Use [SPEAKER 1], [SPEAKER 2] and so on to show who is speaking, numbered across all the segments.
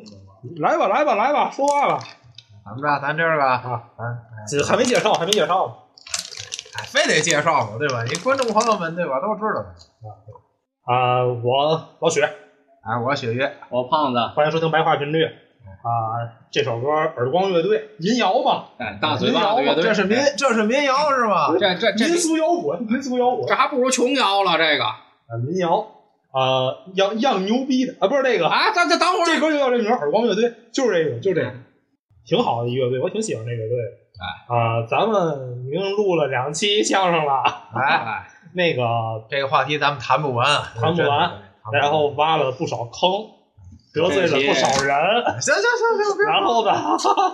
[SPEAKER 1] 吧，来吧，来吧，说话吧。
[SPEAKER 2] 咱们这咱这个
[SPEAKER 1] 啊
[SPEAKER 2] 咱
[SPEAKER 1] 这还没介绍，还没介绍呢。
[SPEAKER 2] 嗯哎非得介绍嘛，对吧？你观众朋友们对吧都知道的。
[SPEAKER 1] 啊、我老许，
[SPEAKER 2] 哎，我雪月，
[SPEAKER 3] 我胖子，
[SPEAKER 1] 欢迎收听白话频率。啊、这首歌耳光乐队民谣嘛，
[SPEAKER 3] 哎，大嘴巴子乐队，
[SPEAKER 2] 这是民这是民谣是吧？
[SPEAKER 3] 这这这
[SPEAKER 1] 民俗摇滚，民俗摇滚，
[SPEAKER 3] 这还不如琼瑶了，这个
[SPEAKER 1] 啊，民谣啊，要要牛逼的啊，不是这个，
[SPEAKER 3] 啊，咱咱等会
[SPEAKER 1] 这
[SPEAKER 3] 儿，
[SPEAKER 1] 歌就叫这名儿，耳光乐队，就是这个，就是这个，挺好的一乐队，我挺喜欢这乐队的。哎啊、咱们已经录了两期相声了，
[SPEAKER 2] 哎，
[SPEAKER 3] 哎，
[SPEAKER 1] 那个
[SPEAKER 2] 这个话题咱们谈不完，啊
[SPEAKER 1] 谈不完
[SPEAKER 2] 真的。
[SPEAKER 1] 然后挖了不少坑，得罪了不少人，
[SPEAKER 2] 谈不完行行行行，别
[SPEAKER 1] 然后呢，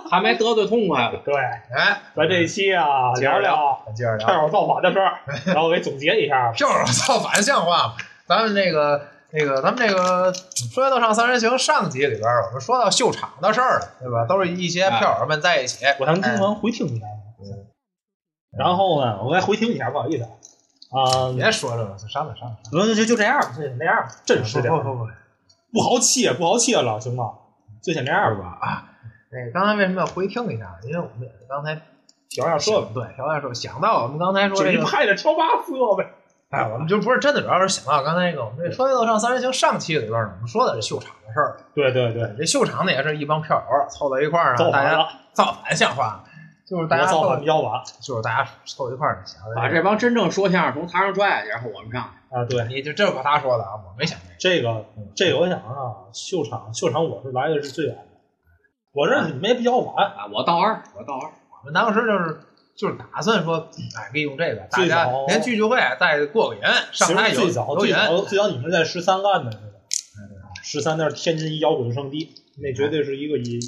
[SPEAKER 3] 还没得罪痛快了，
[SPEAKER 1] 对，
[SPEAKER 2] 哎，
[SPEAKER 1] 咱这一期啊
[SPEAKER 2] 嗯接着
[SPEAKER 1] 聊聊
[SPEAKER 2] 接着聊
[SPEAKER 1] 差。点造反的事 儿，然后给总结一下吧。
[SPEAKER 2] 就是造反像话吗？咱们这个那个，咱们这个《说来道唱三人行》上集里边儿，我们说到秀场的事儿了，对吧？都是一些票友们在一起，
[SPEAKER 1] 我想听完回听一下吧
[SPEAKER 2] 嗯。
[SPEAKER 1] 然后呢，我再回听一下，不好意思啊。啊、
[SPEAKER 2] 别说这个，删了删了，
[SPEAKER 1] 那就就这样吧，就先这样吧，真实
[SPEAKER 2] 删
[SPEAKER 1] 点
[SPEAKER 2] 了。
[SPEAKER 1] 儿，
[SPEAKER 2] 不不不，
[SPEAKER 1] 不豪气，啊不豪气了，行吗？啊就先这样吧，
[SPEAKER 2] 那个刚才为什么要回听一下？因为我们也是刚才
[SPEAKER 1] 调一下设备，
[SPEAKER 2] 对，小外说想到我们刚才说
[SPEAKER 1] 就
[SPEAKER 2] 这
[SPEAKER 1] 一
[SPEAKER 2] 个，
[SPEAKER 1] 派的挑八色呗。
[SPEAKER 2] 哎，我们就不是真的，主要是想到刚才那个，我们这《说来道唱三人行》上期里边儿呢，我们说的是秀场的事儿。
[SPEAKER 1] 对对对，
[SPEAKER 2] 这秀场呢也是一帮票友凑到一块儿啊，
[SPEAKER 1] 造
[SPEAKER 2] 啊大
[SPEAKER 1] 反
[SPEAKER 2] 家
[SPEAKER 1] 了，
[SPEAKER 2] 造反像话吗？就是大
[SPEAKER 1] 我
[SPEAKER 2] 家
[SPEAKER 1] 造
[SPEAKER 2] 凑
[SPEAKER 1] 反比较晚
[SPEAKER 2] 就是大家凑一块儿想的
[SPEAKER 3] 把这帮真正说相声从台上拽下去，然后我们上去，
[SPEAKER 1] 啊。对，
[SPEAKER 2] 你就这可他说的啊，我没想这
[SPEAKER 1] 这个
[SPEAKER 2] 嗯
[SPEAKER 1] 这个，我想啊，秀场秀场我是来的是最晚的，我认识你们也比较晚，
[SPEAKER 3] 啊，我到二，我到二，
[SPEAKER 2] 个。我们当时就是就是打算说，哎，利用这个，大
[SPEAKER 1] 最
[SPEAKER 2] 家
[SPEAKER 1] 早
[SPEAKER 2] 连聚聚会再过个瘾，
[SPEAKER 1] 其
[SPEAKER 2] 上台
[SPEAKER 1] 实
[SPEAKER 2] 有
[SPEAKER 1] 最早
[SPEAKER 2] 有
[SPEAKER 1] 最
[SPEAKER 2] 瘾，
[SPEAKER 1] 早最早你们是在十三干的，十三那是天津摇滚圣地，那绝对是一个以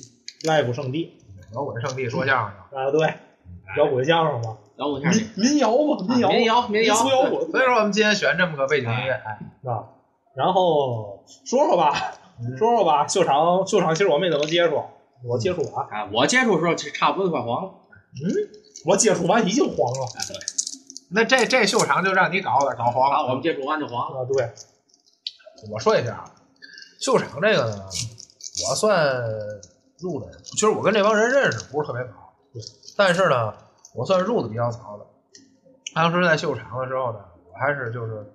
[SPEAKER 1] live 圣地
[SPEAKER 2] 摇滚圣地说相声。
[SPEAKER 1] 啊。对，
[SPEAKER 2] 嗯
[SPEAKER 1] 摇滚相声嘛，
[SPEAKER 3] 摇滚相声，
[SPEAKER 1] 民民谣嘛，民谣
[SPEAKER 3] 啊民谣民
[SPEAKER 1] 民
[SPEAKER 3] 谣
[SPEAKER 1] 俗摇滚，
[SPEAKER 2] 所以说我们今天选这么个背景音乐，哎，
[SPEAKER 1] 啊，然后说说吧，
[SPEAKER 2] 嗯
[SPEAKER 1] 说说吧，秀场秀场，其实我没怎么接触，我接触完，
[SPEAKER 3] 啊，我接触的时候差不多快黄了，
[SPEAKER 1] 我接触完已经黄了
[SPEAKER 3] 哎对
[SPEAKER 2] 那这这秀场就让你搞了，搞黄
[SPEAKER 3] 啊，
[SPEAKER 2] 了。
[SPEAKER 3] 我们接触完就黄了，
[SPEAKER 1] 啊，对，
[SPEAKER 2] 我说一下啊，秀场这个呢，我算入的，其实我跟这帮人认识不是特别早，但是呢，我算入的比较早的。当时在秀场的时候呢，我还是就是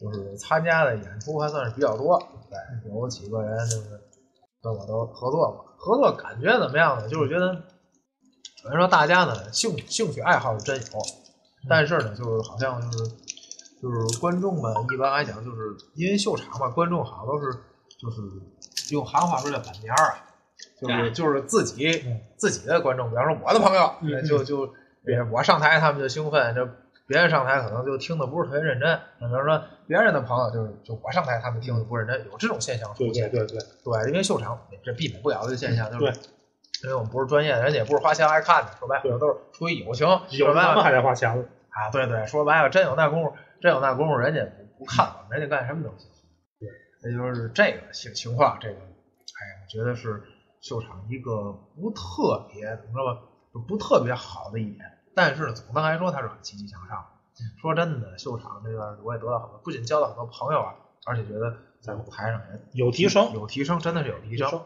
[SPEAKER 2] 就是参加的演出还算是比较多，对，有几个人就是跟我都合作过，合作感觉怎么样呢？就是觉得，首先说大家呢兴兴趣爱好是真有，
[SPEAKER 1] 嗯
[SPEAKER 2] 但是呢，就是好像就是就是观众们一般来讲，就是因为秀场嘛，观众好像都是就是用行话说叫板娘儿啊，就是
[SPEAKER 3] 哎
[SPEAKER 2] 就是自己
[SPEAKER 1] 嗯
[SPEAKER 2] 自己的观众，比方说我的朋友，
[SPEAKER 1] 嗯嗯
[SPEAKER 2] 就就别我上台他们就兴奋，这别人上台可能就听的不是特别认真，比方说别人的朋友就是就我上台他们听的不认真，有这种现象
[SPEAKER 1] 对
[SPEAKER 2] 出
[SPEAKER 1] 对
[SPEAKER 2] 现。
[SPEAKER 1] 对对，
[SPEAKER 2] 对，因为秀场这避免不了的现象，就
[SPEAKER 1] 对
[SPEAKER 2] 是因为我们不是专业的，人家也不是花钱来看的，说白了都是出于友情，
[SPEAKER 1] 有
[SPEAKER 2] 说白
[SPEAKER 1] 咱们
[SPEAKER 2] 了
[SPEAKER 1] 还得花钱了，
[SPEAKER 2] 啊，对对，说白了真有那功夫，真有那功夫，人家不不看我们，人家干什么都行。对，也就是这个情情况，这个哎，我觉得是秀场一个不特别怎么说吧，就不特别好的一点，但是呢总的来说它是很积极向上的。说真的，秀场这段我也得到很多，不仅交到很多朋友啊，而且觉得在舞台上也
[SPEAKER 1] 有提升，
[SPEAKER 2] 有提升，真的是有提
[SPEAKER 1] 提
[SPEAKER 2] 升
[SPEAKER 1] 升。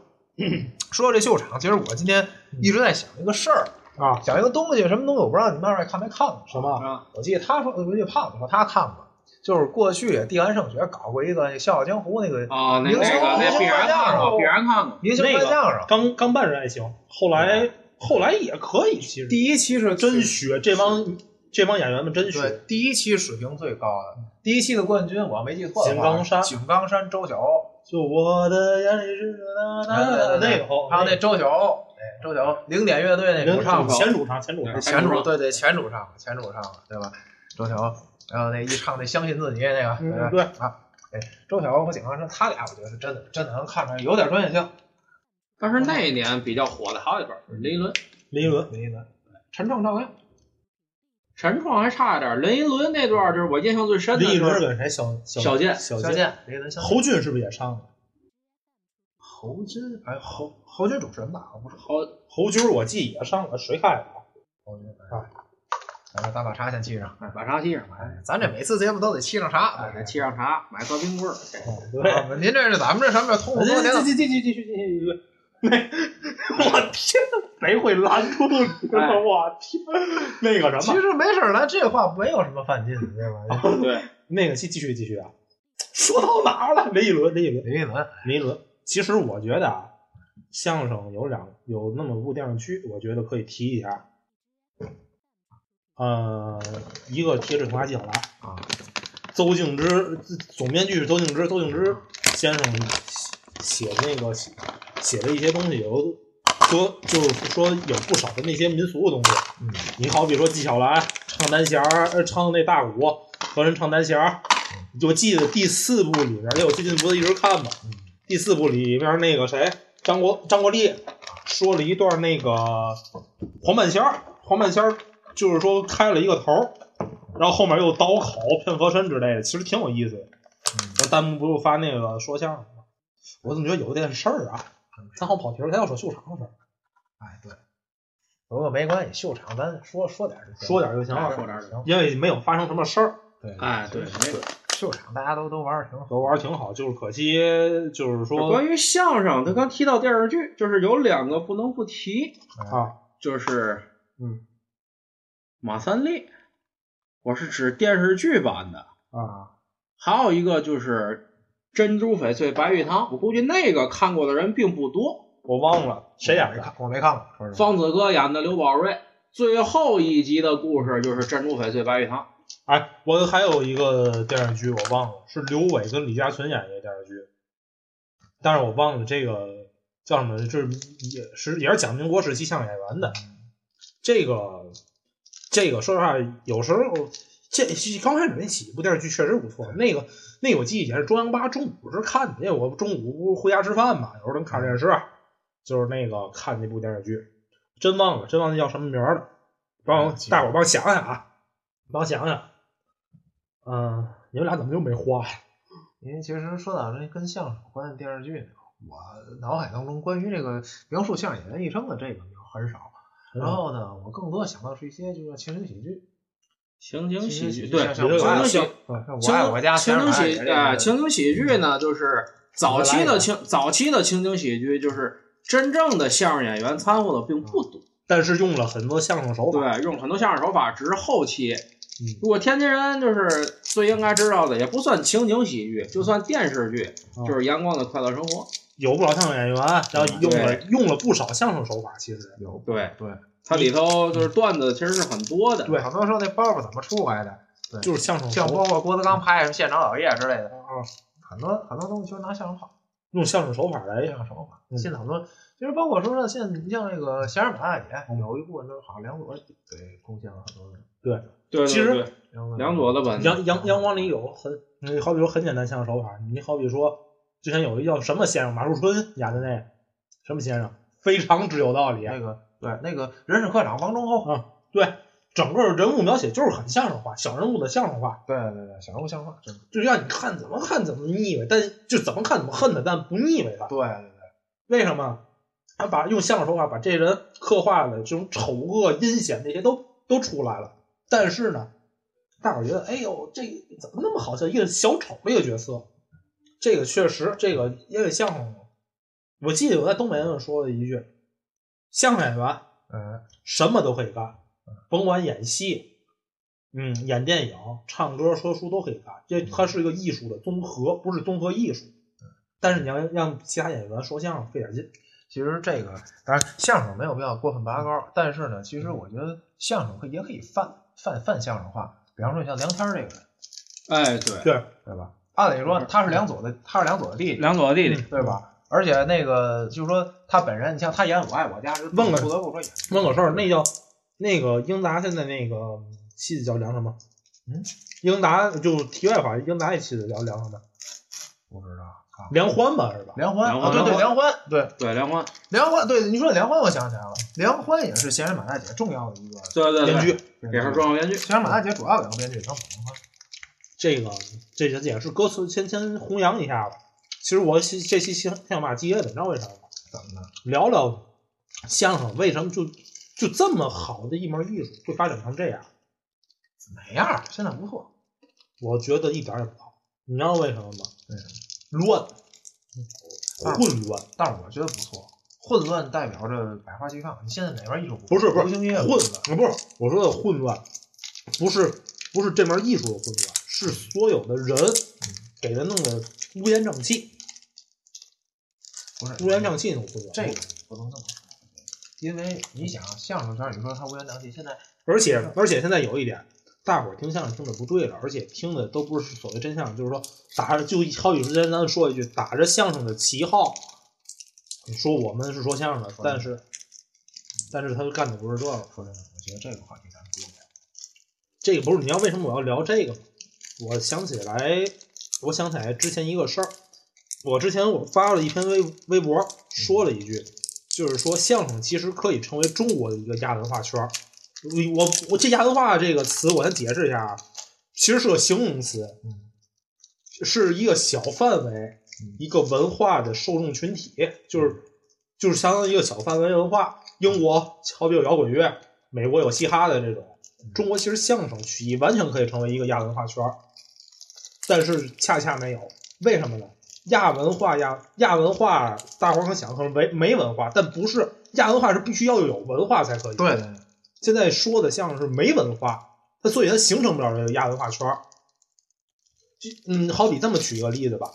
[SPEAKER 2] 说到这秀场，其实我今天一直在想一个事儿，
[SPEAKER 1] 啊，
[SPEAKER 2] 想一个东西，什么东西我不知道你们二位看没看过。
[SPEAKER 1] 什么
[SPEAKER 3] 啊，
[SPEAKER 2] 我记得他说，我记得胖子说他看过，就是过去地安圣学搞过一个《笑傲江湖》那
[SPEAKER 1] 哦
[SPEAKER 2] 个
[SPEAKER 3] 啊，那那
[SPEAKER 2] 明
[SPEAKER 3] 个
[SPEAKER 2] 星明
[SPEAKER 3] 那
[SPEAKER 2] 星
[SPEAKER 3] 必
[SPEAKER 2] 扮
[SPEAKER 3] 然
[SPEAKER 2] 相
[SPEAKER 3] 看
[SPEAKER 2] 啊
[SPEAKER 3] 过，必然看过，
[SPEAKER 2] 明星扮相声，
[SPEAKER 1] 刚刚办人还行，后
[SPEAKER 2] 嗯
[SPEAKER 1] 来后来也可以，其实
[SPEAKER 2] 第一期是
[SPEAKER 1] 真学这帮这帮演员们真
[SPEAKER 2] 对
[SPEAKER 1] 学，
[SPEAKER 2] 第一期水平最高的，第一期的冠军，我要没记错的话，
[SPEAKER 1] 井冈山哦
[SPEAKER 2] 井冈山周晓鸥，
[SPEAKER 1] 就我的眼里是那
[SPEAKER 2] 对对对
[SPEAKER 1] 那个后，
[SPEAKER 2] 还有那周晓鸥，哎周晓鸥零点乐队那主唱嘛，
[SPEAKER 1] 前主唱前主唱，
[SPEAKER 2] 前主对对前主唱前主唱嘛，对吧？周晓鸥，然后那一唱那相信自己那个，对吧
[SPEAKER 1] 嗯对，
[SPEAKER 2] 周晓鸥和井冈山他俩，我觉得是真的真的能看出来有点专业性。
[SPEAKER 3] 但是那一年比较火的还有一本儿林依轮，
[SPEAKER 1] 林依轮。
[SPEAKER 2] 林依轮，陈创照样。
[SPEAKER 3] 陈创还差一点儿，林依轮那段儿就是我印象最深的
[SPEAKER 1] 林依
[SPEAKER 3] 就
[SPEAKER 1] 轮
[SPEAKER 3] 是
[SPEAKER 1] 是跟谁？小
[SPEAKER 3] 小健
[SPEAKER 1] 小
[SPEAKER 2] 肖
[SPEAKER 1] 健。
[SPEAKER 2] 剑，雷文相
[SPEAKER 1] 侯俊是不是也上了？
[SPEAKER 2] 侯军，哎，侯侯军主持人吧，我不是
[SPEAKER 3] 好，
[SPEAKER 1] 侯军我记也上了，谁开的？
[SPEAKER 2] 侯军啊。咱们咱把茶先沏上，
[SPEAKER 3] 哎，把茶沏上，
[SPEAKER 2] 哎，咱这每次节目都得沏上茶。
[SPEAKER 3] 哎，
[SPEAKER 2] 哎
[SPEAKER 3] 再沏上茶，买块冰棍儿，这
[SPEAKER 1] 哦，对，
[SPEAKER 2] 啊您这是咱们这上面通通
[SPEAKER 1] 继
[SPEAKER 2] 多年了
[SPEAKER 1] 继继继继续继续继续，我天，谁会拦住你
[SPEAKER 3] 哎
[SPEAKER 1] 呢？我天，那个什
[SPEAKER 2] 其
[SPEAKER 1] 么，
[SPEAKER 2] 实没事儿，咱这话没有什么犯禁的，对吧？
[SPEAKER 3] 对，
[SPEAKER 1] 那个继继续继续啊，说到哪儿了？雷一轮，雷一轮，
[SPEAKER 2] 林一伦，
[SPEAKER 1] 雷一轮。其实我觉得啊，相声有两有那么部电视剧，我觉得可以提一下。呃，一个铁齿铜牙纪晓岚
[SPEAKER 2] 啊，
[SPEAKER 1] 邹静之总编剧是邹静之，邹静之先生写写那个写写的一些东西有说就是说有不少的那些民俗的东西，
[SPEAKER 2] 嗯，
[SPEAKER 1] 你好比说纪晓岚唱南弦儿，呃，唱那大鼓，和人唱南弦儿。我记得第四部里面，因为我最近不是一直看嘛，
[SPEAKER 2] 嗯
[SPEAKER 1] 第四部里面那个谁，张国张国立说了一段那个黄半仙儿，黄半仙儿就是说开了一个头儿，然后后面又倒口骗和珅之类的，其实挺有意思的。我弹幕不是发那个说相声吗？我怎么觉得有点事儿啊？咱好像跑题儿，咱要说秀场的事儿，
[SPEAKER 2] 哎，对，不过没关系，秀场咱说说点儿就行，
[SPEAKER 1] 说点儿就行
[SPEAKER 3] 哎
[SPEAKER 1] 了，
[SPEAKER 3] 说点儿就
[SPEAKER 2] 行。
[SPEAKER 1] 因为没有发生什么事儿。
[SPEAKER 2] 对，
[SPEAKER 3] 哎，对，没准。
[SPEAKER 2] 秀场大家都都玩儿挺好。
[SPEAKER 1] 都玩儿挺好，就是可惜，就是说
[SPEAKER 3] 关于相声，他刚提到电视剧，就是有两个不能不提，
[SPEAKER 1] 啊，
[SPEAKER 3] 就是
[SPEAKER 1] 嗯
[SPEAKER 3] 马三立，我是指电视剧版的，
[SPEAKER 1] 啊，
[SPEAKER 3] 还有一个就是珍珠翡翠白玉堂，我估计那个看过的人并不多。
[SPEAKER 1] 我忘了谁演
[SPEAKER 2] 没
[SPEAKER 1] 的
[SPEAKER 2] 看，我没看过，说实话。
[SPEAKER 3] 方子哥演的刘宝瑞，最后一集的故事就是珍珠翡翠白玉堂。
[SPEAKER 1] 哎，我还有一个电视剧我忘了，是刘伟跟李嘉纯演的一个电视剧，但是我忘了这个叫什么，这也是也是讲民国时期相声演员的。这个这个说实话，有时候这刚开始那几部电视剧确实不错，那个那个我记忆也是中央八中午时看的，因为我中午不是回家吃饭嘛，有时候能看电视，啊就是那个看那部电视剧，真忘了，真忘了叫什么名儿了，帮我大伙儿帮想想啊，帮想想。嗯、你们俩怎么就没花呀？
[SPEAKER 2] 因为其实说到这跟相声有关的电视剧呢，我脑海当中关于这个描述相声演员一生的这个很少。然后呢，我更多想到是一些就是情景喜剧，
[SPEAKER 3] 情景
[SPEAKER 2] 情
[SPEAKER 3] 喜剧，
[SPEAKER 2] 景喜剧
[SPEAKER 3] 对，
[SPEAKER 2] 像
[SPEAKER 3] 情
[SPEAKER 2] 像
[SPEAKER 1] 我爱
[SPEAKER 3] 景
[SPEAKER 1] 我
[SPEAKER 3] 喜，
[SPEAKER 2] 像我
[SPEAKER 3] 情
[SPEAKER 2] 爱我家
[SPEAKER 3] 情景喜啊，
[SPEAKER 2] 啊，
[SPEAKER 3] 情景喜剧呢，就是早期的情早期的情景喜剧，就是真正的相声演员参与的并不多，
[SPEAKER 1] 但是用了很嗯多相声手法，
[SPEAKER 3] 对，用很多相声手法，只是后期。
[SPEAKER 1] 嗯，
[SPEAKER 3] 如果天津人就是最应该知道的，也不算情景喜剧，就算电视剧，
[SPEAKER 1] 嗯
[SPEAKER 3] 就是《阳光的快乐生活》。
[SPEAKER 1] 有不少相声演员，然后用了用了不少相声手法，其实
[SPEAKER 2] 有
[SPEAKER 3] 对，
[SPEAKER 2] 对
[SPEAKER 3] 它里头就是段子其实是很多的。
[SPEAKER 1] 对
[SPEAKER 2] 很多时候那包袱怎么出来的，
[SPEAKER 1] 就是相声手
[SPEAKER 2] 像
[SPEAKER 1] 法
[SPEAKER 2] 包括郭德纲拍什么现场老夜之类的，
[SPEAKER 1] 啊，
[SPEAKER 2] 很多很多东西就是拿相声好，
[SPEAKER 1] 用相声手法来
[SPEAKER 2] 相声手法。
[SPEAKER 1] 嗯
[SPEAKER 2] 现在很多其实包括说像现你像那个《闲人版大姐》，有一部分都好像梁左给贡献了很多人。
[SPEAKER 3] 对，对
[SPEAKER 1] 其实
[SPEAKER 3] 对
[SPEAKER 2] 梁
[SPEAKER 3] 梁左的本子
[SPEAKER 1] 阳阳阳光里有很，你好比说很简单相声手法，你好比说之前有一个叫什么先生马树春演的那什么先生，非常之有道理，
[SPEAKER 2] 那个对那个人是科长王忠厚，
[SPEAKER 1] 对，整个人物描写就是很相声化，小人物的相声化，
[SPEAKER 2] 对对对，小人物相声化，真的。
[SPEAKER 1] 就让你看怎么看怎么腻歪，但就怎么看怎么恨他，但不腻歪他，
[SPEAKER 2] 对对对，
[SPEAKER 1] 为什么？他把用相声手法把这人刻画的这种丑恶、阴险那些都都出来了，但是呢，大伙儿觉得，哎呦，这怎么那么好笑？一个小丑这个角色，这个确实，这个因为相声，我记得我在东北上说了一句，相声演员
[SPEAKER 2] 嗯，
[SPEAKER 1] 什么都可以干，甭管演戏，嗯，演电影、唱歌、说书都可以干。这它是一个艺术的综合，不是综合艺术。但是你要让其他演员说相声费点劲，
[SPEAKER 2] 其实这个当然相声没有必要过分拔高，但是呢，其实我觉得相声可以也可以泛泛泛相声化，比方说像梁天儿这个人，
[SPEAKER 3] 哎，对，
[SPEAKER 1] 对，
[SPEAKER 2] 对吧？按理说他是梁左的，他是嗯梁左的弟弟，
[SPEAKER 3] 梁左的弟弟，
[SPEAKER 2] 对吧？而且那个就是说他本人，你像他演《我爱我家》，是不
[SPEAKER 1] 问个
[SPEAKER 2] 得不说演
[SPEAKER 1] 问个事儿，那叫那个英达现在那个妻子叫梁什么？
[SPEAKER 2] 嗯，
[SPEAKER 1] 英达就题外话，英达那妻子叫梁什么？
[SPEAKER 2] 不知道啊。
[SPEAKER 1] 梁欢吧是吧？
[SPEAKER 2] 梁欢
[SPEAKER 3] 梁
[SPEAKER 2] 啊，
[SPEAKER 3] 欢
[SPEAKER 2] 对对，梁欢，对
[SPEAKER 3] 对梁欢，
[SPEAKER 2] 梁欢，对你说梁欢，我想起来了，梁欢也是《闲人马大姐》重要的一个
[SPEAKER 3] 对对
[SPEAKER 1] 编
[SPEAKER 3] 对，
[SPEAKER 1] 剧
[SPEAKER 2] 编剧
[SPEAKER 3] 也是重要编剧。
[SPEAKER 2] 《闲人马大姐》主要有两个编剧，张啊普梁欢。
[SPEAKER 1] 这个这人也是歌词先先弘扬一下吧。其实我喜这期想想骂街的，你知道为啥吗？
[SPEAKER 2] 怎么了？
[SPEAKER 1] 聊聊相声为什么就就这么好的一门艺术会发展成这样？
[SPEAKER 2] 哪样儿？现在不错。
[SPEAKER 1] 我觉得一点儿也不好。你知道为什么吗？
[SPEAKER 2] 为什
[SPEAKER 1] 乱，
[SPEAKER 2] 么
[SPEAKER 1] 混乱，
[SPEAKER 2] 但是我觉得不错。混乱代表着百花齐放，你现在哪边艺术
[SPEAKER 1] 不是不是
[SPEAKER 2] 流行音乐
[SPEAKER 1] 混乱，啊不是我说的混乱，不是不是这门艺术的混乱，是所有的人给人弄得乌烟瘴气，
[SPEAKER 2] 不是
[SPEAKER 1] 乌烟瘴气那种混乱。
[SPEAKER 2] 这个不能这么说，因为你想相声圈，你说他乌烟瘴气，现在
[SPEAKER 1] 而且而且现在有一点，大伙儿听相声听的不对了，而且听的都不是所谓真相声，就是说打着就好几之前咱们说一句，打着相声的旗号，你说我们是说相声的，但是但是他就干的不是这个，
[SPEAKER 2] 说真的，我觉得这个话题咱们不用聊。
[SPEAKER 1] 这个不是你要为什么我要聊这个吗？我想起来，我想起来之前一个事儿，我之前我发了一篇微微博，
[SPEAKER 2] 嗯
[SPEAKER 1] 说了一句，就是说相声其实可以成为中国的一个亚文化圈儿。我我我这亚文化这个词，我先解释一下啊，其实是个形容词，
[SPEAKER 2] 嗯
[SPEAKER 1] 是一个小范围
[SPEAKER 2] 嗯
[SPEAKER 1] 一个文化的受众群体，就是就是相当于一个小范围文化。英国好比有摇滚乐，美国有嘻哈的这种，中国其实相声曲艺完全可以成为一个亚文化圈儿，但是恰恰没有，为什么呢？亚文化亚亚文化，大伙儿可能想可能没没文化，但不是亚文化是必须要有文化才可以。
[SPEAKER 2] 对对，
[SPEAKER 1] 现在说的相声是没文化，它所以它形成不了这个亚文化圈儿。就嗯，好比这么举一个例子吧，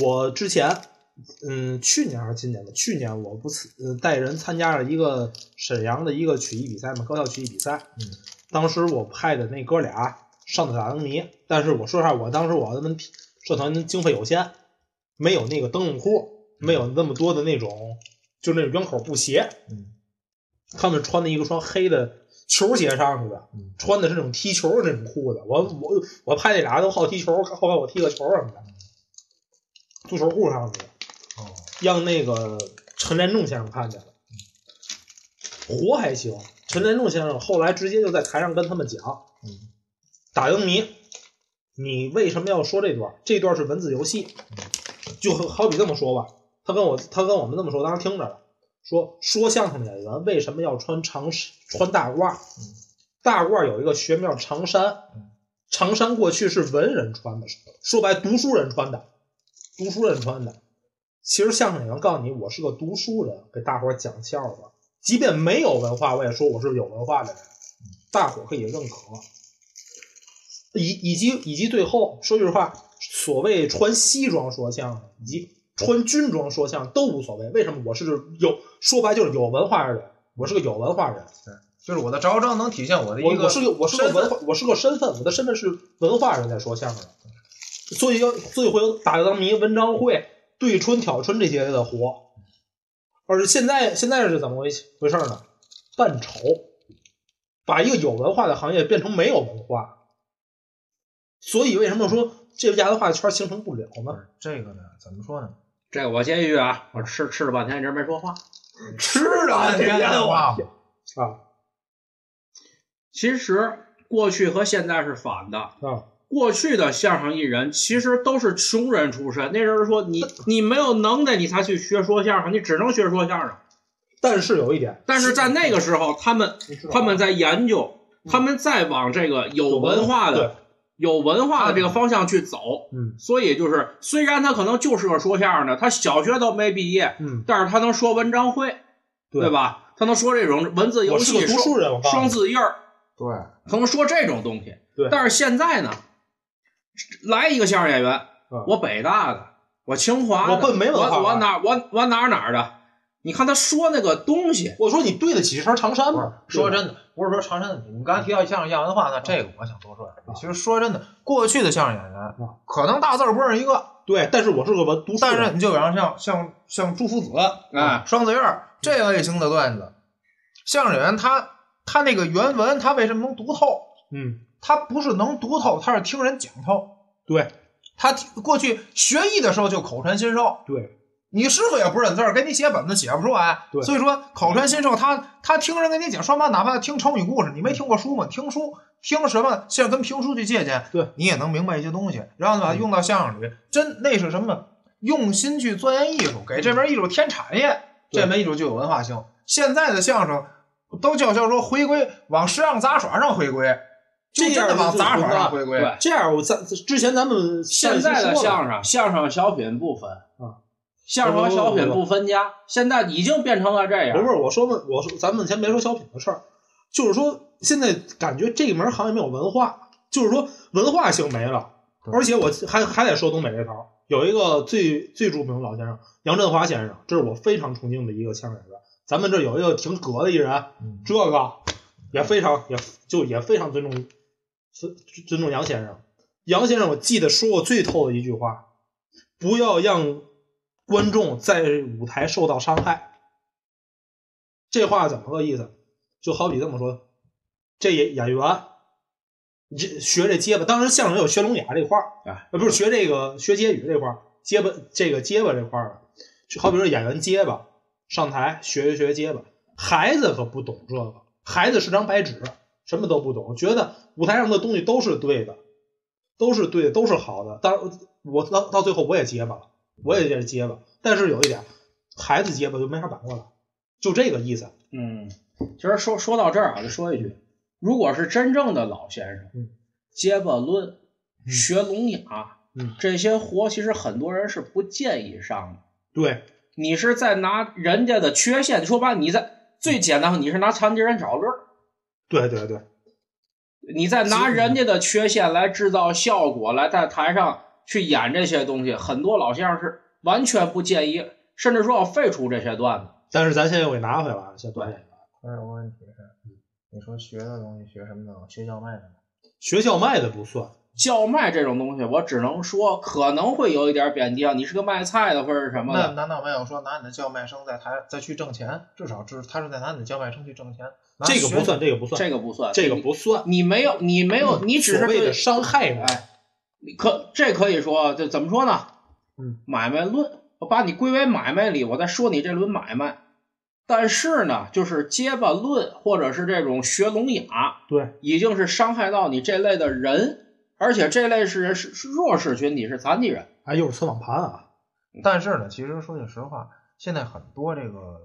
[SPEAKER 1] 我之前嗯去年还是今年吧，去年我不是呃带人参加了一个沈阳的一个曲艺比赛嘛，高校曲艺比赛。
[SPEAKER 2] 嗯，
[SPEAKER 1] 当时我派的那哥俩上的打灯谜，但是我说实话，我当时我们社团经费有限，没有那个灯笼裤，没有那么多的那种，就那种圆口布鞋。
[SPEAKER 2] 嗯，
[SPEAKER 1] 他们穿的一个双黑的球鞋上去的
[SPEAKER 2] 嗯，
[SPEAKER 1] 穿的是那种踢球的那种裤子。我我我拍那俩都好踢球，后来我踢个球什么的，足球裤上去的，
[SPEAKER 2] 哦，
[SPEAKER 1] 让那个陈连仲先生看见了。活还行，陈连仲先生后来直接就在台上跟他们讲
[SPEAKER 2] 嗯，
[SPEAKER 1] 打灯谜，你为什么要说这段？这段是文字游戏，就好比这么说吧，他跟我他跟我们这么说，当时听着了，说说相声演员为什么要穿长穿大褂
[SPEAKER 2] 嗯？
[SPEAKER 1] 大褂有一个学名叫长衫
[SPEAKER 2] 嗯，
[SPEAKER 1] 长衫过去是文人穿的，说白了读书人穿的，读书人穿的。其实相声演员告诉你，我是个读书人，给大伙儿讲笑话，即便没有文化，我也说我是有文化的人，大伙儿可以认可。以以及以及最后说句实话，所谓穿西装说相声以及穿军装说相声都无所谓。为什么？我是有说白就是有文化的人，我是个有文化人，
[SPEAKER 2] 就是我的着装能体现我的一
[SPEAKER 1] 我
[SPEAKER 2] 个
[SPEAKER 1] 我是个我是个
[SPEAKER 2] 身份
[SPEAKER 1] 文化，我是个身份，我的身份是文化人在说相声的，所以要所以会有打灯谜、文章会、对春、挑春这些的活。而现在现在是怎么回回事呢？扮丑，把一个有文化的行业变成没有文化，所以为什么说这亚文化圈形成不了呢？
[SPEAKER 2] 这个呢，怎么说呢？
[SPEAKER 3] 这个我接一句啊，我吃吃了半天一直没说话。
[SPEAKER 2] 吃了
[SPEAKER 1] 天
[SPEAKER 2] 的话，
[SPEAKER 1] 啊
[SPEAKER 3] 其实过去和现在是反的。
[SPEAKER 1] 啊，
[SPEAKER 3] 过去的相声艺人其实都是穷人出身，那人说你你没有能耐，你才去学说相声，你只能学说相声。
[SPEAKER 1] 但是有一点，
[SPEAKER 3] 但是在那个时候，他们
[SPEAKER 1] 你知道吗
[SPEAKER 3] 他们在研究，
[SPEAKER 1] 嗯
[SPEAKER 3] 他们再往这个有文化的、有文化的这个
[SPEAKER 1] 嗯
[SPEAKER 3] 方向去走。
[SPEAKER 1] 对，嗯
[SPEAKER 3] 所以就是，虽然他可能就是个说相声的，他小学都没毕业，
[SPEAKER 1] 嗯，
[SPEAKER 3] 但是他能说文章会，
[SPEAKER 1] 对
[SPEAKER 3] 对吧？他能说这种文字游
[SPEAKER 1] 我是
[SPEAKER 3] 戏、
[SPEAKER 1] 个读
[SPEAKER 3] 双
[SPEAKER 1] 书人，我告诉
[SPEAKER 3] 双
[SPEAKER 1] 你，
[SPEAKER 3] 字印儿，
[SPEAKER 2] 对，
[SPEAKER 3] 他能说这种东西。
[SPEAKER 1] 对
[SPEAKER 3] 但是现在呢，来一个相声演员，
[SPEAKER 1] 嗯
[SPEAKER 3] 我北大的，我清华的，
[SPEAKER 1] 我奔没文化
[SPEAKER 3] 我我
[SPEAKER 1] 吧
[SPEAKER 3] 哪我我哪儿哪儿的，你看他说那个东西，
[SPEAKER 1] 我说你对得起这身长衫
[SPEAKER 2] 不是
[SPEAKER 1] 吗？
[SPEAKER 2] 说真的，不是说长衫，你们刚才提到相声亚文化呢，这个我想多说两句。其实说真的，过去的相声演员可能大字儿不认识一个，
[SPEAKER 1] 对，但是我是个文读书
[SPEAKER 2] 但
[SPEAKER 1] 人，
[SPEAKER 2] 是你就比方像像像朱福子啊
[SPEAKER 1] 嗯
[SPEAKER 3] 哎
[SPEAKER 2] 双子院儿这类型的段子，相声演员他他那个原文他为什么能读透？
[SPEAKER 1] 嗯。
[SPEAKER 2] 他不是能读透，他是听人讲透。
[SPEAKER 1] 对，
[SPEAKER 2] 他听过去学艺的时候就口传心授，
[SPEAKER 1] 对，
[SPEAKER 2] 你师傅也不认字儿，给你写本子写不出来。
[SPEAKER 1] 对
[SPEAKER 2] 所以说口传心授，他他听人跟你讲，说白了哪怕听成语故事，你
[SPEAKER 1] 嗯
[SPEAKER 2] 没听过书吗？听书听什么，现在跟评书去借鉴，
[SPEAKER 1] 对嗯
[SPEAKER 2] 你也能明白一些东西，然后呢把它用到相声里，真那是什么呢？用心去钻研艺术，给这门艺术添产业，
[SPEAKER 1] 对
[SPEAKER 2] 这门艺术就有文化性。现在的相声都叫叫说回归往时尚杂耍上回归，就
[SPEAKER 1] 这样
[SPEAKER 2] 真的往杂耍上回归。
[SPEAKER 3] 对
[SPEAKER 1] 这样，我咱之前咱们上一
[SPEAKER 3] 现
[SPEAKER 1] 期
[SPEAKER 3] 在的
[SPEAKER 1] 说了
[SPEAKER 3] 相声，相声小品不分
[SPEAKER 1] 啊，
[SPEAKER 3] 相声和小品
[SPEAKER 1] 不不
[SPEAKER 3] 不分家，现在已经变成了这样。
[SPEAKER 1] 不是，我说问，我说咱们先别说小品的事儿，就是说现在感觉这门行业没有文化，就是说文化性没了。
[SPEAKER 2] 对
[SPEAKER 1] 而且我还还得说东北这头儿，有一个最最著名的老先生杨振华先生，这是我非常崇敬的一个相声演员。咱们这有一个挺葛的艺人，
[SPEAKER 2] 嗯
[SPEAKER 1] 这个也非常也就也非常尊重尊尊重杨先生。杨先生，我记得说过最透的一句话：不要让观众在舞台受到伤害。这话怎么个意思？就好比这么说，这演演员，你这学这结巴，当然相声有学聋哑这块儿，
[SPEAKER 3] 哎
[SPEAKER 1] 呃，不是学这个学结语这块儿，结巴这个结巴这块儿啊，就好比说演员结巴，上台学一学结巴，孩子可不懂这个，孩子是张白纸，什么都不懂，觉得舞台上的东西都是对的，都是对的，都是好的。当然，我到到最后我也结巴了，我也是结巴，但是有一点，孩子结巴就没法反过来，就这个意思。
[SPEAKER 3] 嗯，其实说说到这儿啊，就说一句，如果是真正的老先生，
[SPEAKER 1] 嗯
[SPEAKER 3] 结巴论、
[SPEAKER 1] 嗯
[SPEAKER 3] 学聋哑，
[SPEAKER 1] 嗯
[SPEAKER 3] 这些活其实很多人是不建议上的。
[SPEAKER 1] 对，
[SPEAKER 3] 你是在拿人家的缺陷，说白了，你在最简单，你是拿残疾人找乐儿，
[SPEAKER 1] 对对对，
[SPEAKER 3] 你在拿人家的缺陷来制造效果，来在台上去演这些东西，很多老先生是完全不建议，甚至说要废除这些段子。
[SPEAKER 1] 但是咱现在又给拿回来了，现在
[SPEAKER 2] 但是我问题是，你说学的东西学什么呢？学校卖的吗？
[SPEAKER 1] 学校卖的不算，
[SPEAKER 3] 叫卖这种东西，我只能说可能会有一点贬低啊，你是个卖菜的或者是什么
[SPEAKER 2] 那
[SPEAKER 3] 的，
[SPEAKER 2] 难道没有说拿你的叫卖声在台再去挣钱？至少是他是在拿你的叫卖声去挣钱，拿
[SPEAKER 1] 这个
[SPEAKER 2] 学
[SPEAKER 1] 不算，这个不算，
[SPEAKER 3] 这个不算，
[SPEAKER 1] 这个不算，
[SPEAKER 3] 你，你没有，你没有，你只是
[SPEAKER 1] 所谓的
[SPEAKER 3] 对，
[SPEAKER 1] 伤害人。
[SPEAKER 3] 哎，你可这可以说，就怎么说呢？
[SPEAKER 1] 嗯，
[SPEAKER 3] 买卖论，我把你归为买卖里，我再说你这轮买卖。但是呢，就是结巴论或者是这种学聋哑，
[SPEAKER 1] 对，
[SPEAKER 3] 已经是伤害到你这类的人，而且这类是人是是弱势群体，是残疾人。
[SPEAKER 1] 哎，又是测网盘啊，
[SPEAKER 2] 但是呢，其实说句实话，现在很多这个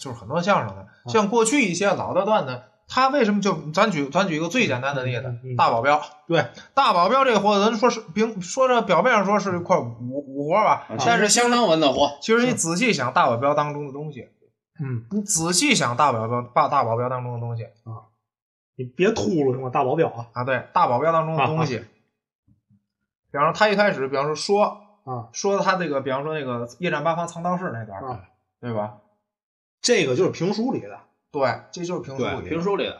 [SPEAKER 2] 就是很多相声的，
[SPEAKER 1] 嗯
[SPEAKER 2] 像过去一些老的段子，他为什么就咱举咱举一个最简单的例子，
[SPEAKER 1] 嗯嗯嗯
[SPEAKER 2] 大保镖。
[SPEAKER 1] 对，
[SPEAKER 2] 大保镖这个活儿，咱说是平说着表面上说是一块武武活儿
[SPEAKER 1] 啊
[SPEAKER 2] 吧，但是
[SPEAKER 3] 相当稳得活，
[SPEAKER 2] 其实你仔细想大保镖当中的东西，
[SPEAKER 1] 嗯，
[SPEAKER 2] 你仔细想大保镖把大保镖当中的东西
[SPEAKER 1] 你别秃噜行吗？大保镖啊
[SPEAKER 2] 啊，对，大保镖当中的东 西，比方说他一开始，比方说说
[SPEAKER 1] 啊，
[SPEAKER 2] 说他这个，比方说那个夜战八方藏道士那段儿，
[SPEAKER 1] 啊
[SPEAKER 2] 对吧？
[SPEAKER 1] 这个就是评书里的，
[SPEAKER 2] 对，这就是评书里的
[SPEAKER 3] 评书里的。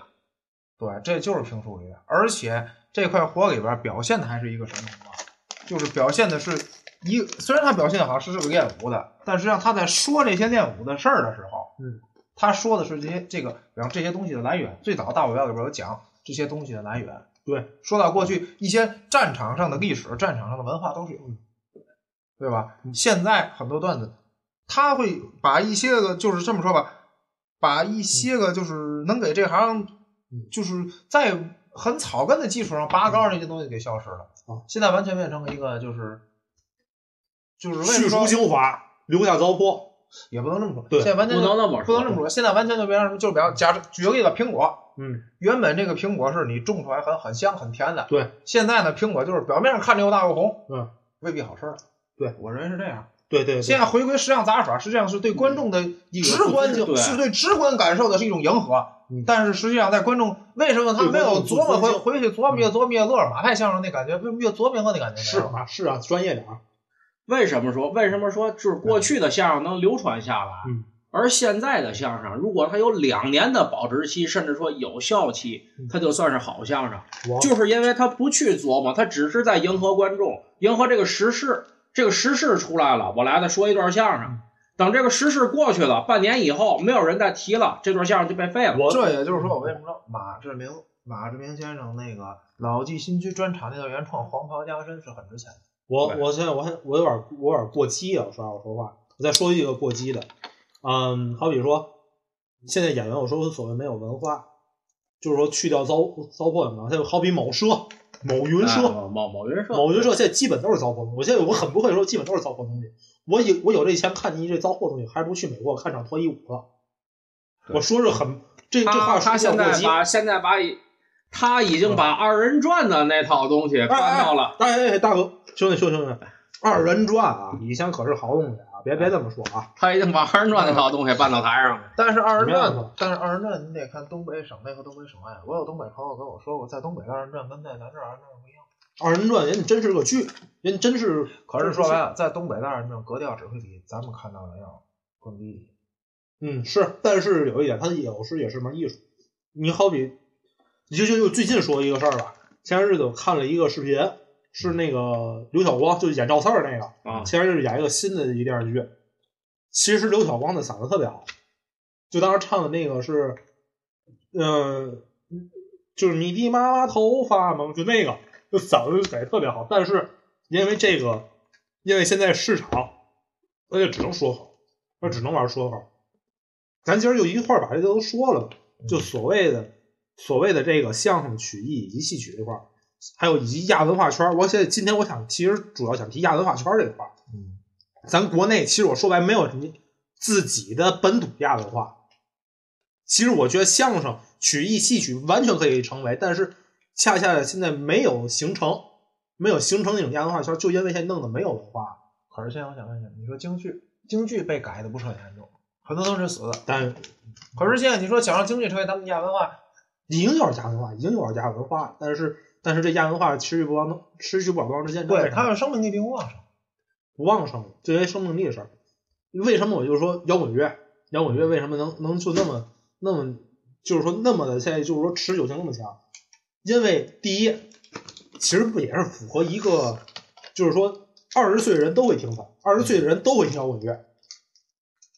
[SPEAKER 2] 对，这就是评书里的。而且这块活里边表现的还是一个什么什么，就是表现的是一，虽然他表现的好像是这个练武的，但实际上他在说这些练武的事儿的时候，
[SPEAKER 1] 嗯，
[SPEAKER 2] 他说的是这些这个，比方这些东西的来源。最早大武庙里边有讲这些东西的来源。
[SPEAKER 1] 对，
[SPEAKER 2] 说到过去一些战场上的历史、战场上的文化都是有的，对吧？
[SPEAKER 1] 嗯
[SPEAKER 2] 现在很多段子，他会把一些个就是这么说吧，把一些个就是能给这行
[SPEAKER 1] 嗯，
[SPEAKER 2] 就是在很草根的基础上拔高那些东西给消失了。
[SPEAKER 1] 啊
[SPEAKER 2] 现在完全变成了一个就是就是为什
[SPEAKER 1] 去
[SPEAKER 2] 么
[SPEAKER 1] 除
[SPEAKER 2] 说
[SPEAKER 1] 精华，留下糟粕。
[SPEAKER 2] 也不能这么说，
[SPEAKER 1] 对
[SPEAKER 2] 现在完全
[SPEAKER 3] 不能那么说，
[SPEAKER 2] 不能这么说，现在完全就变成就比方假设举个例子，苹果，
[SPEAKER 1] 嗯，
[SPEAKER 2] 原本这个苹果是你种出来很很香很甜的，
[SPEAKER 1] 对。
[SPEAKER 2] 现在呢，苹果就是表面上看着又大又红，
[SPEAKER 1] 嗯，
[SPEAKER 2] 未必好吃。
[SPEAKER 1] 对，
[SPEAKER 2] 我认为是这样。
[SPEAKER 1] 对对
[SPEAKER 2] 现
[SPEAKER 1] 对，
[SPEAKER 2] 在回归时尚杂耍，实际上是对观众的一个直观，
[SPEAKER 3] 对
[SPEAKER 2] 是对直观感受的是一种迎合
[SPEAKER 1] 嗯。
[SPEAKER 2] 但是实际上，在观众为什么他没有琢磨回回去
[SPEAKER 1] 嗯
[SPEAKER 2] 琢磨越琢磨越乐尔马派相声那感觉，为什么越琢磨越乐那感觉没
[SPEAKER 1] 是
[SPEAKER 2] 有？
[SPEAKER 1] 啊是啊，专业点儿。
[SPEAKER 3] 为什么说？为什么说就是过去的相声能流传下来，
[SPEAKER 1] 嗯
[SPEAKER 3] 而现在的相声，如果它有两年的保质期，甚至说有效期
[SPEAKER 1] 嗯，
[SPEAKER 3] 它就算是好相声，
[SPEAKER 1] 我
[SPEAKER 3] 就是因为它不去琢磨，它只是在迎合观众，迎合这个时事。这个时事出来了，我来再说一段相
[SPEAKER 1] 嗯
[SPEAKER 3] 声。等这个时事过去了，半年以后，没有人再提了，这段相声就被废了。
[SPEAKER 1] 我
[SPEAKER 2] 这也就是说，我为什么说马志明马志明先生那个老纪新区专场那段原创《黄袍加身》是很值钱的。
[SPEAKER 1] 我
[SPEAKER 3] 对
[SPEAKER 1] 我现在我还我有点我有点过激啊，我说我说话，我再说一个过激的，嗯，好比说，现在演员有时候所谓没有文化，就是说去掉糟糟粕有没有？就好比某社、某云社、
[SPEAKER 3] 哎某某云社，
[SPEAKER 1] 某云社现在基本都是糟粕东西。我现在我很不会说，基本都是糟粕东西。我有我有这钱看你这糟粕东西，还不如去美国看场脱衣舞了。
[SPEAKER 3] 对
[SPEAKER 1] 我说是很这这
[SPEAKER 3] 他
[SPEAKER 1] 话
[SPEAKER 3] 他
[SPEAKER 1] 说
[SPEAKER 3] 现
[SPEAKER 1] 的过
[SPEAKER 3] 在
[SPEAKER 1] 激。
[SPEAKER 3] 把现在把以他已经把二人转的那套东西
[SPEAKER 1] 哎
[SPEAKER 3] 搬到了。
[SPEAKER 1] 啊哎哎，大哥，兄弟兄弟兄弟，二人转啊，以前可是好东西啊。啊，别别这么说啊，
[SPEAKER 3] 他已经把二人转那套东西搬到台上了。
[SPEAKER 2] 但是二人
[SPEAKER 1] 没办
[SPEAKER 2] 转，但是二人转你得看东北省内和东北省外。我有东北朋友跟我说过，在东北二人转跟在咱这儿二人转不一样。
[SPEAKER 1] 二人转人家真是个剧，人家真是
[SPEAKER 2] 可是说白了，在东北的二人转格调只会比咱们看到的要更低一些。
[SPEAKER 1] 嗯，是，但是有一点，它有时也是门艺术。你好比，你就就就最近说一个事儿吧，前些日子我看了一个视频，是那个刘晓光，就是演赵四儿那个
[SPEAKER 3] 啊
[SPEAKER 1] 前些日子演一个新的一电视剧。其实刘晓光的嗓子特别好，就当时唱的那个是，嗯、就是你的妈妈头发萌，就那个，就嗓子改得特别好。但是因为这个，因为现在市场，那就只能说好，那只能玩说好。咱今儿就一块儿把这都说了吧，就所谓的所谓的这个相声曲艺以及戏曲这块儿，还有以及亚文化圈儿。我现在今天我想其实主要想提亚文化圈儿这块儿。
[SPEAKER 2] 嗯，
[SPEAKER 1] 咱国内其实我说白没有什么自己的本土亚文化。其实我觉得相声、曲艺、戏曲完全可以成为，但是恰恰现在没有形成，没有形成那种亚文化圈儿，就因为现在弄得没有文化。
[SPEAKER 2] 可是现在我想问一下，你说京剧，京剧被改的不是很严重，很多都是死的。
[SPEAKER 1] 但
[SPEAKER 2] 可是现在你说想让京剧成为咱们亚文化，
[SPEAKER 1] 已经有点亚文化，已经有点亚文化了，但是但是这亚文化持续不往持续不往多长时间？
[SPEAKER 2] 对，它要生命力并不旺盛。
[SPEAKER 1] 不旺盛了，就因为生命力的事儿。为什么我就说摇滚乐，摇滚乐为什么能能就那么那么就是说那么的现在就是说持久性那么强？因为第一，其实不也是符合一个，就是说二十岁的人都会听它，二十岁的人都会听摇滚乐。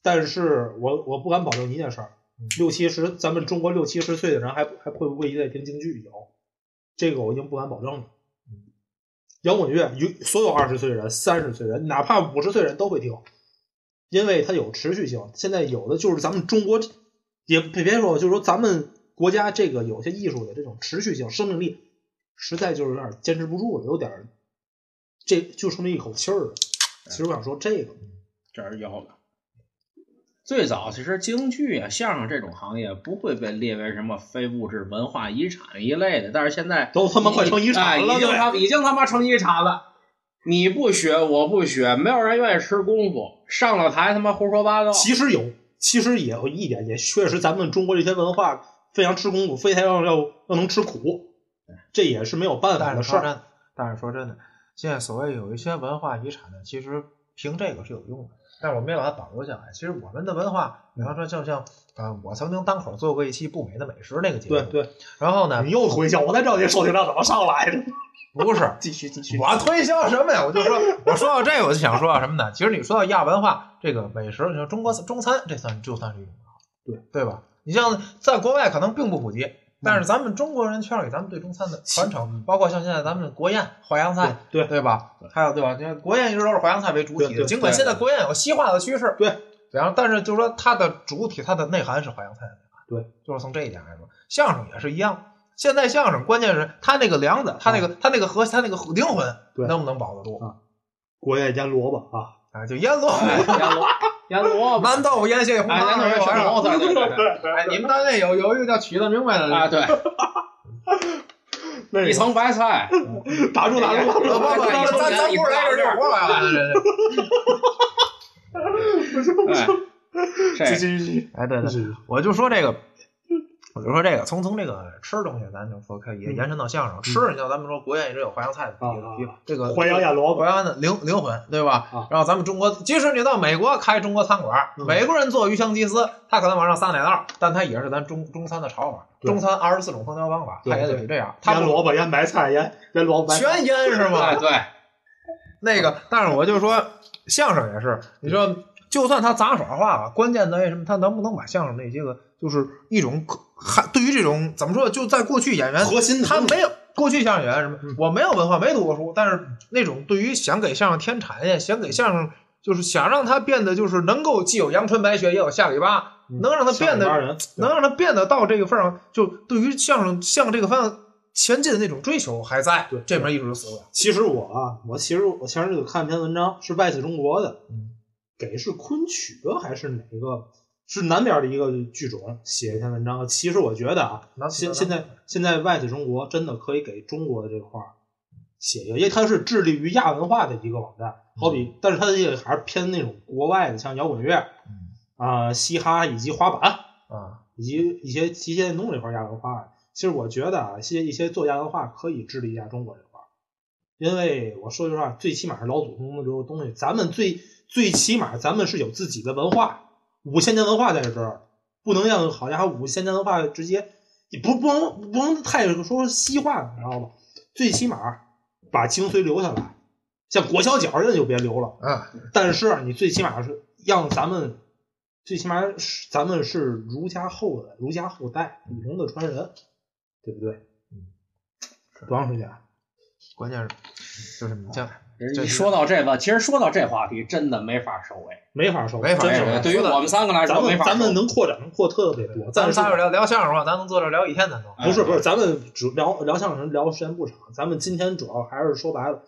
[SPEAKER 1] 但是我我不敢保证一件事儿
[SPEAKER 2] 嗯，
[SPEAKER 1] 六七十咱们中国六七十岁的人还还会不会一再听京剧？有，这个我已经不敢保证了。摇滚乐有所有二十岁人、三十岁人，哪怕五十岁人都会听，因为它有持续性。现在有的就是咱们中国，也别别说，就是说咱们国家这个有些艺术的这种持续性、生命力，实在就是有点坚持不住了，有点儿这就剩这一口气儿了。其实我想说这个，
[SPEAKER 3] 这是有的。最早其实京剧啊、相声这种行业不会被列为什么非物质文化遗产一类的，但是现在
[SPEAKER 1] 都他妈快成遗
[SPEAKER 3] 哎
[SPEAKER 1] 产了，
[SPEAKER 3] 已经
[SPEAKER 1] 对
[SPEAKER 3] 他已经他妈成遗产了。你不学，我不学，没有人愿意吃功夫，上了台他妈胡说八道。
[SPEAKER 1] 其实有，其实也有一点，也确实咱们中国这些文化非常吃功夫，非常要要要能吃苦，这也是没有办法
[SPEAKER 2] 但
[SPEAKER 1] 的
[SPEAKER 2] 是
[SPEAKER 1] 事
[SPEAKER 2] 说
[SPEAKER 1] 儿。
[SPEAKER 2] 真，但是说真的，现在所谓有一些文化遗产呢，其实凭这个是有用的，但是我们也把它保留下来。其实我们的文化，比方说就像啊、我曾经单口做过一期不美的美食那个节目，
[SPEAKER 1] 对。对，
[SPEAKER 2] 然后呢
[SPEAKER 1] 你，又推销，我才知道这收听量怎么上来的。
[SPEAKER 2] 不是
[SPEAKER 1] 继续继续
[SPEAKER 2] 我推销什么呀？我就说，我说到这，我就想说到什么呢？其实你说到亚文化这个美食，你说中国中餐，这算就算是一种文化
[SPEAKER 1] 对嗯
[SPEAKER 2] 对吧？你像在国外可能并不普及，但是咱们中国人圈里，咱们对中餐的传承，包括像现在咱们国宴淮扬菜，
[SPEAKER 1] 对
[SPEAKER 2] 对吧？还有对吧？你看国宴一直都是淮扬菜为主体
[SPEAKER 1] 对
[SPEAKER 2] 的，
[SPEAKER 1] 对
[SPEAKER 2] 尽管
[SPEAKER 3] 对
[SPEAKER 2] 现在国宴有西化的趋势，
[SPEAKER 1] 对。
[SPEAKER 2] 然后，但是就是说它的主体，它的内涵是淮扬菜的内涵，
[SPEAKER 1] 对，
[SPEAKER 2] 就是从这一点来说，相声也是一样。现在相声关键是它那个梁子，它那个它那个核心，它那个灵魂，
[SPEAKER 1] 对
[SPEAKER 2] 能不能保得住
[SPEAKER 1] 国宴腌萝卜啊，
[SPEAKER 2] 啊？就腌萝
[SPEAKER 3] 哎
[SPEAKER 2] 卜，
[SPEAKER 3] 阎罗，阎罗，
[SPEAKER 2] 馒头腌蟹红
[SPEAKER 3] 哎，阎
[SPEAKER 2] 汤
[SPEAKER 3] 罗
[SPEAKER 2] 那
[SPEAKER 3] 是
[SPEAKER 2] 玩意儿。
[SPEAKER 3] 对对对对
[SPEAKER 2] 哎，你们单位有有一个叫曲子明白的
[SPEAKER 3] 啊，对，
[SPEAKER 1] 那
[SPEAKER 3] 一层白菜，
[SPEAKER 1] 打住打住打
[SPEAKER 2] 不
[SPEAKER 1] 住
[SPEAKER 2] 不
[SPEAKER 1] 打
[SPEAKER 2] 不，
[SPEAKER 1] 住
[SPEAKER 2] 咱
[SPEAKER 1] 打住！
[SPEAKER 2] 咱咱不是来哎这儿过来了。
[SPEAKER 3] 哎，
[SPEAKER 1] 继
[SPEAKER 3] 这
[SPEAKER 1] 续继续
[SPEAKER 2] 哎，对
[SPEAKER 1] 继
[SPEAKER 2] 对，
[SPEAKER 1] 续，
[SPEAKER 2] 我就说这个，我就说这个，从从这个吃东西，咱就说可以
[SPEAKER 1] 嗯
[SPEAKER 2] 延伸到相声。吃，你像咱们说国宴一直有淮扬菜的底
[SPEAKER 1] 啊
[SPEAKER 2] 子，有这个
[SPEAKER 1] 淮扬腌萝卜
[SPEAKER 2] 淮扬的灵灵魂，对吧？
[SPEAKER 1] 啊
[SPEAKER 2] 然后咱们中国，即使你到美国开中国餐馆，
[SPEAKER 1] 嗯
[SPEAKER 2] 美国人做鱼香鸡丝，他可能往上撒奶酪，但他也是咱中中餐的炒法，
[SPEAKER 1] 对
[SPEAKER 2] 中餐二十四种烹调方法，
[SPEAKER 1] 对
[SPEAKER 2] 他也得是这样，他
[SPEAKER 1] 腌
[SPEAKER 2] 不
[SPEAKER 1] 萝卜腌白菜腌腌萝卜白菜，
[SPEAKER 2] 全腌是吗
[SPEAKER 3] 哎？对，
[SPEAKER 2] 那个，但是我就说相声也是，你说就算他杂耍化吧，关键在于什么？他能不能把相声那些个就是一种可还对于这种怎么说，就在过去演员
[SPEAKER 1] 核心的
[SPEAKER 2] 他没有过去相声演员什么
[SPEAKER 1] 嗯，
[SPEAKER 2] 我没有文化，没读过书，但是那种对于想给相声添产业，想给相声就是想让它变得就是能够既有阳春白雪，也有下里巴，
[SPEAKER 1] 嗯
[SPEAKER 2] 能让它变得
[SPEAKER 1] 上一帮人
[SPEAKER 2] 能让它变得到这个份儿上，就对于相声向这个方向前进的那种追求还在
[SPEAKER 1] 对，
[SPEAKER 2] 这门艺术就死不了。
[SPEAKER 1] 其实我啊，我其实我前日子看一篇文章，是外企中国的，
[SPEAKER 2] 嗯
[SPEAKER 1] 给是昆曲啊还是哪一个？是南边的一个剧种写一篇文章。其实我觉得啊，
[SPEAKER 2] 南
[SPEAKER 1] 现
[SPEAKER 2] 南
[SPEAKER 1] 现在现在外企中国真的可以给中国的这块儿写一个，因为它是致力于亚文化的一个网站，好比，但是它这个还是偏那种国外的，像摇滚乐
[SPEAKER 2] 嗯
[SPEAKER 1] 啊、嘻哈以及滑板
[SPEAKER 2] 啊，
[SPEAKER 1] 以及一些极限运动这块亚文化。其实我觉得啊，一些一些做亚文化可以治理一下中国这块儿，因为我说句实话，最起码是老祖宗的这个东西，咱们最最起码咱们是有自己的文化，五千年文化在这儿，不能让好家伙五千年文化直接，你不不能不能太说西化了，你知道吗？最起码把精髓留下来，像裹小脚儿这就别留了。
[SPEAKER 2] 啊，
[SPEAKER 1] 但是你最起码是让咱们，最起码是咱们是儒家后人、儒家后代、李龙的传人，对不对？
[SPEAKER 2] 嗯，
[SPEAKER 1] 多长时间？
[SPEAKER 2] 关键是就是你像这
[SPEAKER 3] 一说到这个，其实说到这话题，真的没法收尾。哎
[SPEAKER 1] 没法说，
[SPEAKER 2] 没法
[SPEAKER 1] 真
[SPEAKER 2] 说
[SPEAKER 1] 是
[SPEAKER 3] 对于我们三个来
[SPEAKER 1] 咱
[SPEAKER 3] 说，没
[SPEAKER 1] 们
[SPEAKER 3] 法收
[SPEAKER 1] 咱们能扩展能扩特别多，
[SPEAKER 2] 咱
[SPEAKER 1] 但
[SPEAKER 2] 们
[SPEAKER 1] 是
[SPEAKER 2] 仨要聊聊相声的话，咱能坐这儿聊一天，咱都
[SPEAKER 3] 哎
[SPEAKER 1] 不是不是，咱们主聊聊相声聊时间不长，咱们今天主要还是说白了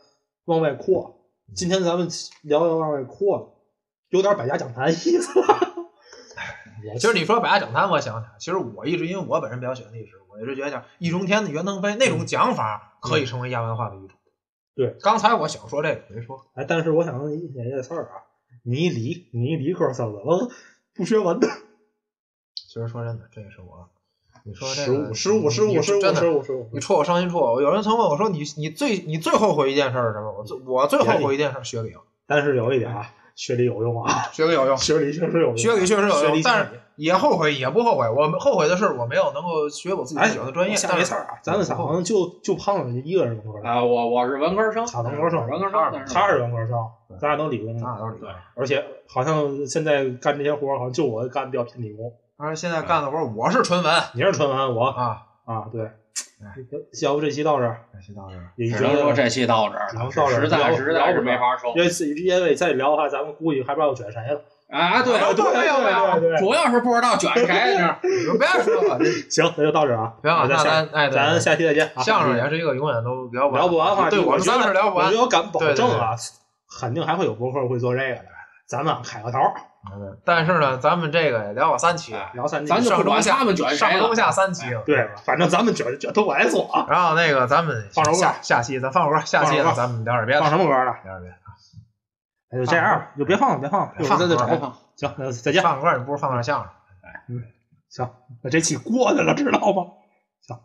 [SPEAKER 1] 往外扩。今天咱们聊聊往外扩了，有点百家讲坛意思 了。
[SPEAKER 2] 其实你说百家讲坛，我想想，其实我一直因为我本身比较喜欢历史，我一直觉得像易中天的袁腾飞那种讲法可以成为亚文化的一种。
[SPEAKER 1] 对，
[SPEAKER 2] 刚才我想说这个没说，
[SPEAKER 1] 哎，但是我想问一点这事儿啊，你理你理科生怎么不学文的？
[SPEAKER 2] 其实说真的，这也是我，你说这
[SPEAKER 1] 十
[SPEAKER 2] 个
[SPEAKER 1] 五十五十
[SPEAKER 2] 你
[SPEAKER 1] 五十五
[SPEAKER 2] 真
[SPEAKER 1] 十
[SPEAKER 2] 的，
[SPEAKER 1] 五十五
[SPEAKER 2] 你，戳我伤心处我。有人曾问我说你你最你最后悔一件事是什么？我最我最后悔一件事，学历，
[SPEAKER 1] 但是有一点啊，学历有用啊，
[SPEAKER 2] 学历有用，
[SPEAKER 1] 学历确实有用，啊
[SPEAKER 2] 学历确实有
[SPEAKER 1] 学
[SPEAKER 2] 用，
[SPEAKER 1] 历
[SPEAKER 2] 但是也后悔也不后悔。我后悔的是我没有能够学我自己
[SPEAKER 1] 哎
[SPEAKER 2] 喜欢的专业。
[SPEAKER 1] 下
[SPEAKER 2] 但
[SPEAKER 1] 没
[SPEAKER 2] 是
[SPEAKER 1] 事儿啊，咱们仨好像就就胖了一个人文科生，
[SPEAKER 3] 啊，我我是文科生，
[SPEAKER 1] 他文科生
[SPEAKER 3] 文科生，但是
[SPEAKER 1] 他是文科生，咱俩都理工
[SPEAKER 2] 咱
[SPEAKER 1] 的，
[SPEAKER 2] 俩都是理
[SPEAKER 3] 对
[SPEAKER 2] 工。
[SPEAKER 1] 而且好像现在干这些活儿，好像就我干比较偏理工，
[SPEAKER 2] 而现
[SPEAKER 1] 嗯
[SPEAKER 2] 在干的活儿，我是纯文
[SPEAKER 1] 你是纯文，我
[SPEAKER 2] 啊。
[SPEAKER 1] 啊对，
[SPEAKER 2] 哎
[SPEAKER 1] 要不这期到这儿
[SPEAKER 2] 那行到这儿
[SPEAKER 1] 也
[SPEAKER 3] 只
[SPEAKER 1] 就
[SPEAKER 3] 能说这期到这儿
[SPEAKER 1] 只能
[SPEAKER 3] 了，
[SPEAKER 1] 到这儿
[SPEAKER 3] 实在
[SPEAKER 1] 聊
[SPEAKER 3] 实在是没法收
[SPEAKER 1] 因为因为再聊的话，咱们估计还不知道卷谁了。
[SPEAKER 3] 啊！对
[SPEAKER 2] 啊对
[SPEAKER 3] 对
[SPEAKER 1] 对对对
[SPEAKER 3] 主要是不知道卷谁呢。
[SPEAKER 2] 你们别说 了，
[SPEAKER 1] 行，那就到这儿啊，
[SPEAKER 2] 行啊，
[SPEAKER 1] 咱下
[SPEAKER 2] 那咱哎，对
[SPEAKER 1] 咱下期再见啊。
[SPEAKER 2] 相声也是一个永远都聊不
[SPEAKER 1] 聊不完的话题，
[SPEAKER 2] 对
[SPEAKER 1] 我
[SPEAKER 2] 们
[SPEAKER 1] 觉
[SPEAKER 2] 三
[SPEAKER 1] 得
[SPEAKER 2] 个是聊不
[SPEAKER 1] 我
[SPEAKER 2] 完
[SPEAKER 1] 觉。得敢保证啊，肯定还会有博客会做这个的。咱们开个头儿，
[SPEAKER 2] 嗯但是呢，咱们这个也聊过三期，
[SPEAKER 1] 聊三期
[SPEAKER 3] 咱。就
[SPEAKER 2] 上
[SPEAKER 3] 不
[SPEAKER 2] 中
[SPEAKER 3] 管
[SPEAKER 2] 下
[SPEAKER 3] 他们卷
[SPEAKER 2] 上
[SPEAKER 3] 谁了
[SPEAKER 2] 中，下三期了。
[SPEAKER 1] 对，反正咱们卷卷都来做啊。
[SPEAKER 2] 然后那个咱们
[SPEAKER 1] 放首歌
[SPEAKER 2] 下下期咱放首歌，下期
[SPEAKER 1] 放首
[SPEAKER 2] 呢
[SPEAKER 1] 歌
[SPEAKER 2] 咱们聊点别的，
[SPEAKER 1] 放
[SPEAKER 2] 聊
[SPEAKER 1] 什么歌了？
[SPEAKER 2] 点别的。
[SPEAKER 1] 哎就这样吧，就别放了，别放了，一会儿再再
[SPEAKER 2] 放会儿
[SPEAKER 1] 找。行，那再见。
[SPEAKER 2] 放歌你不如放点相声。
[SPEAKER 1] 行，那这期过去了，知道吗？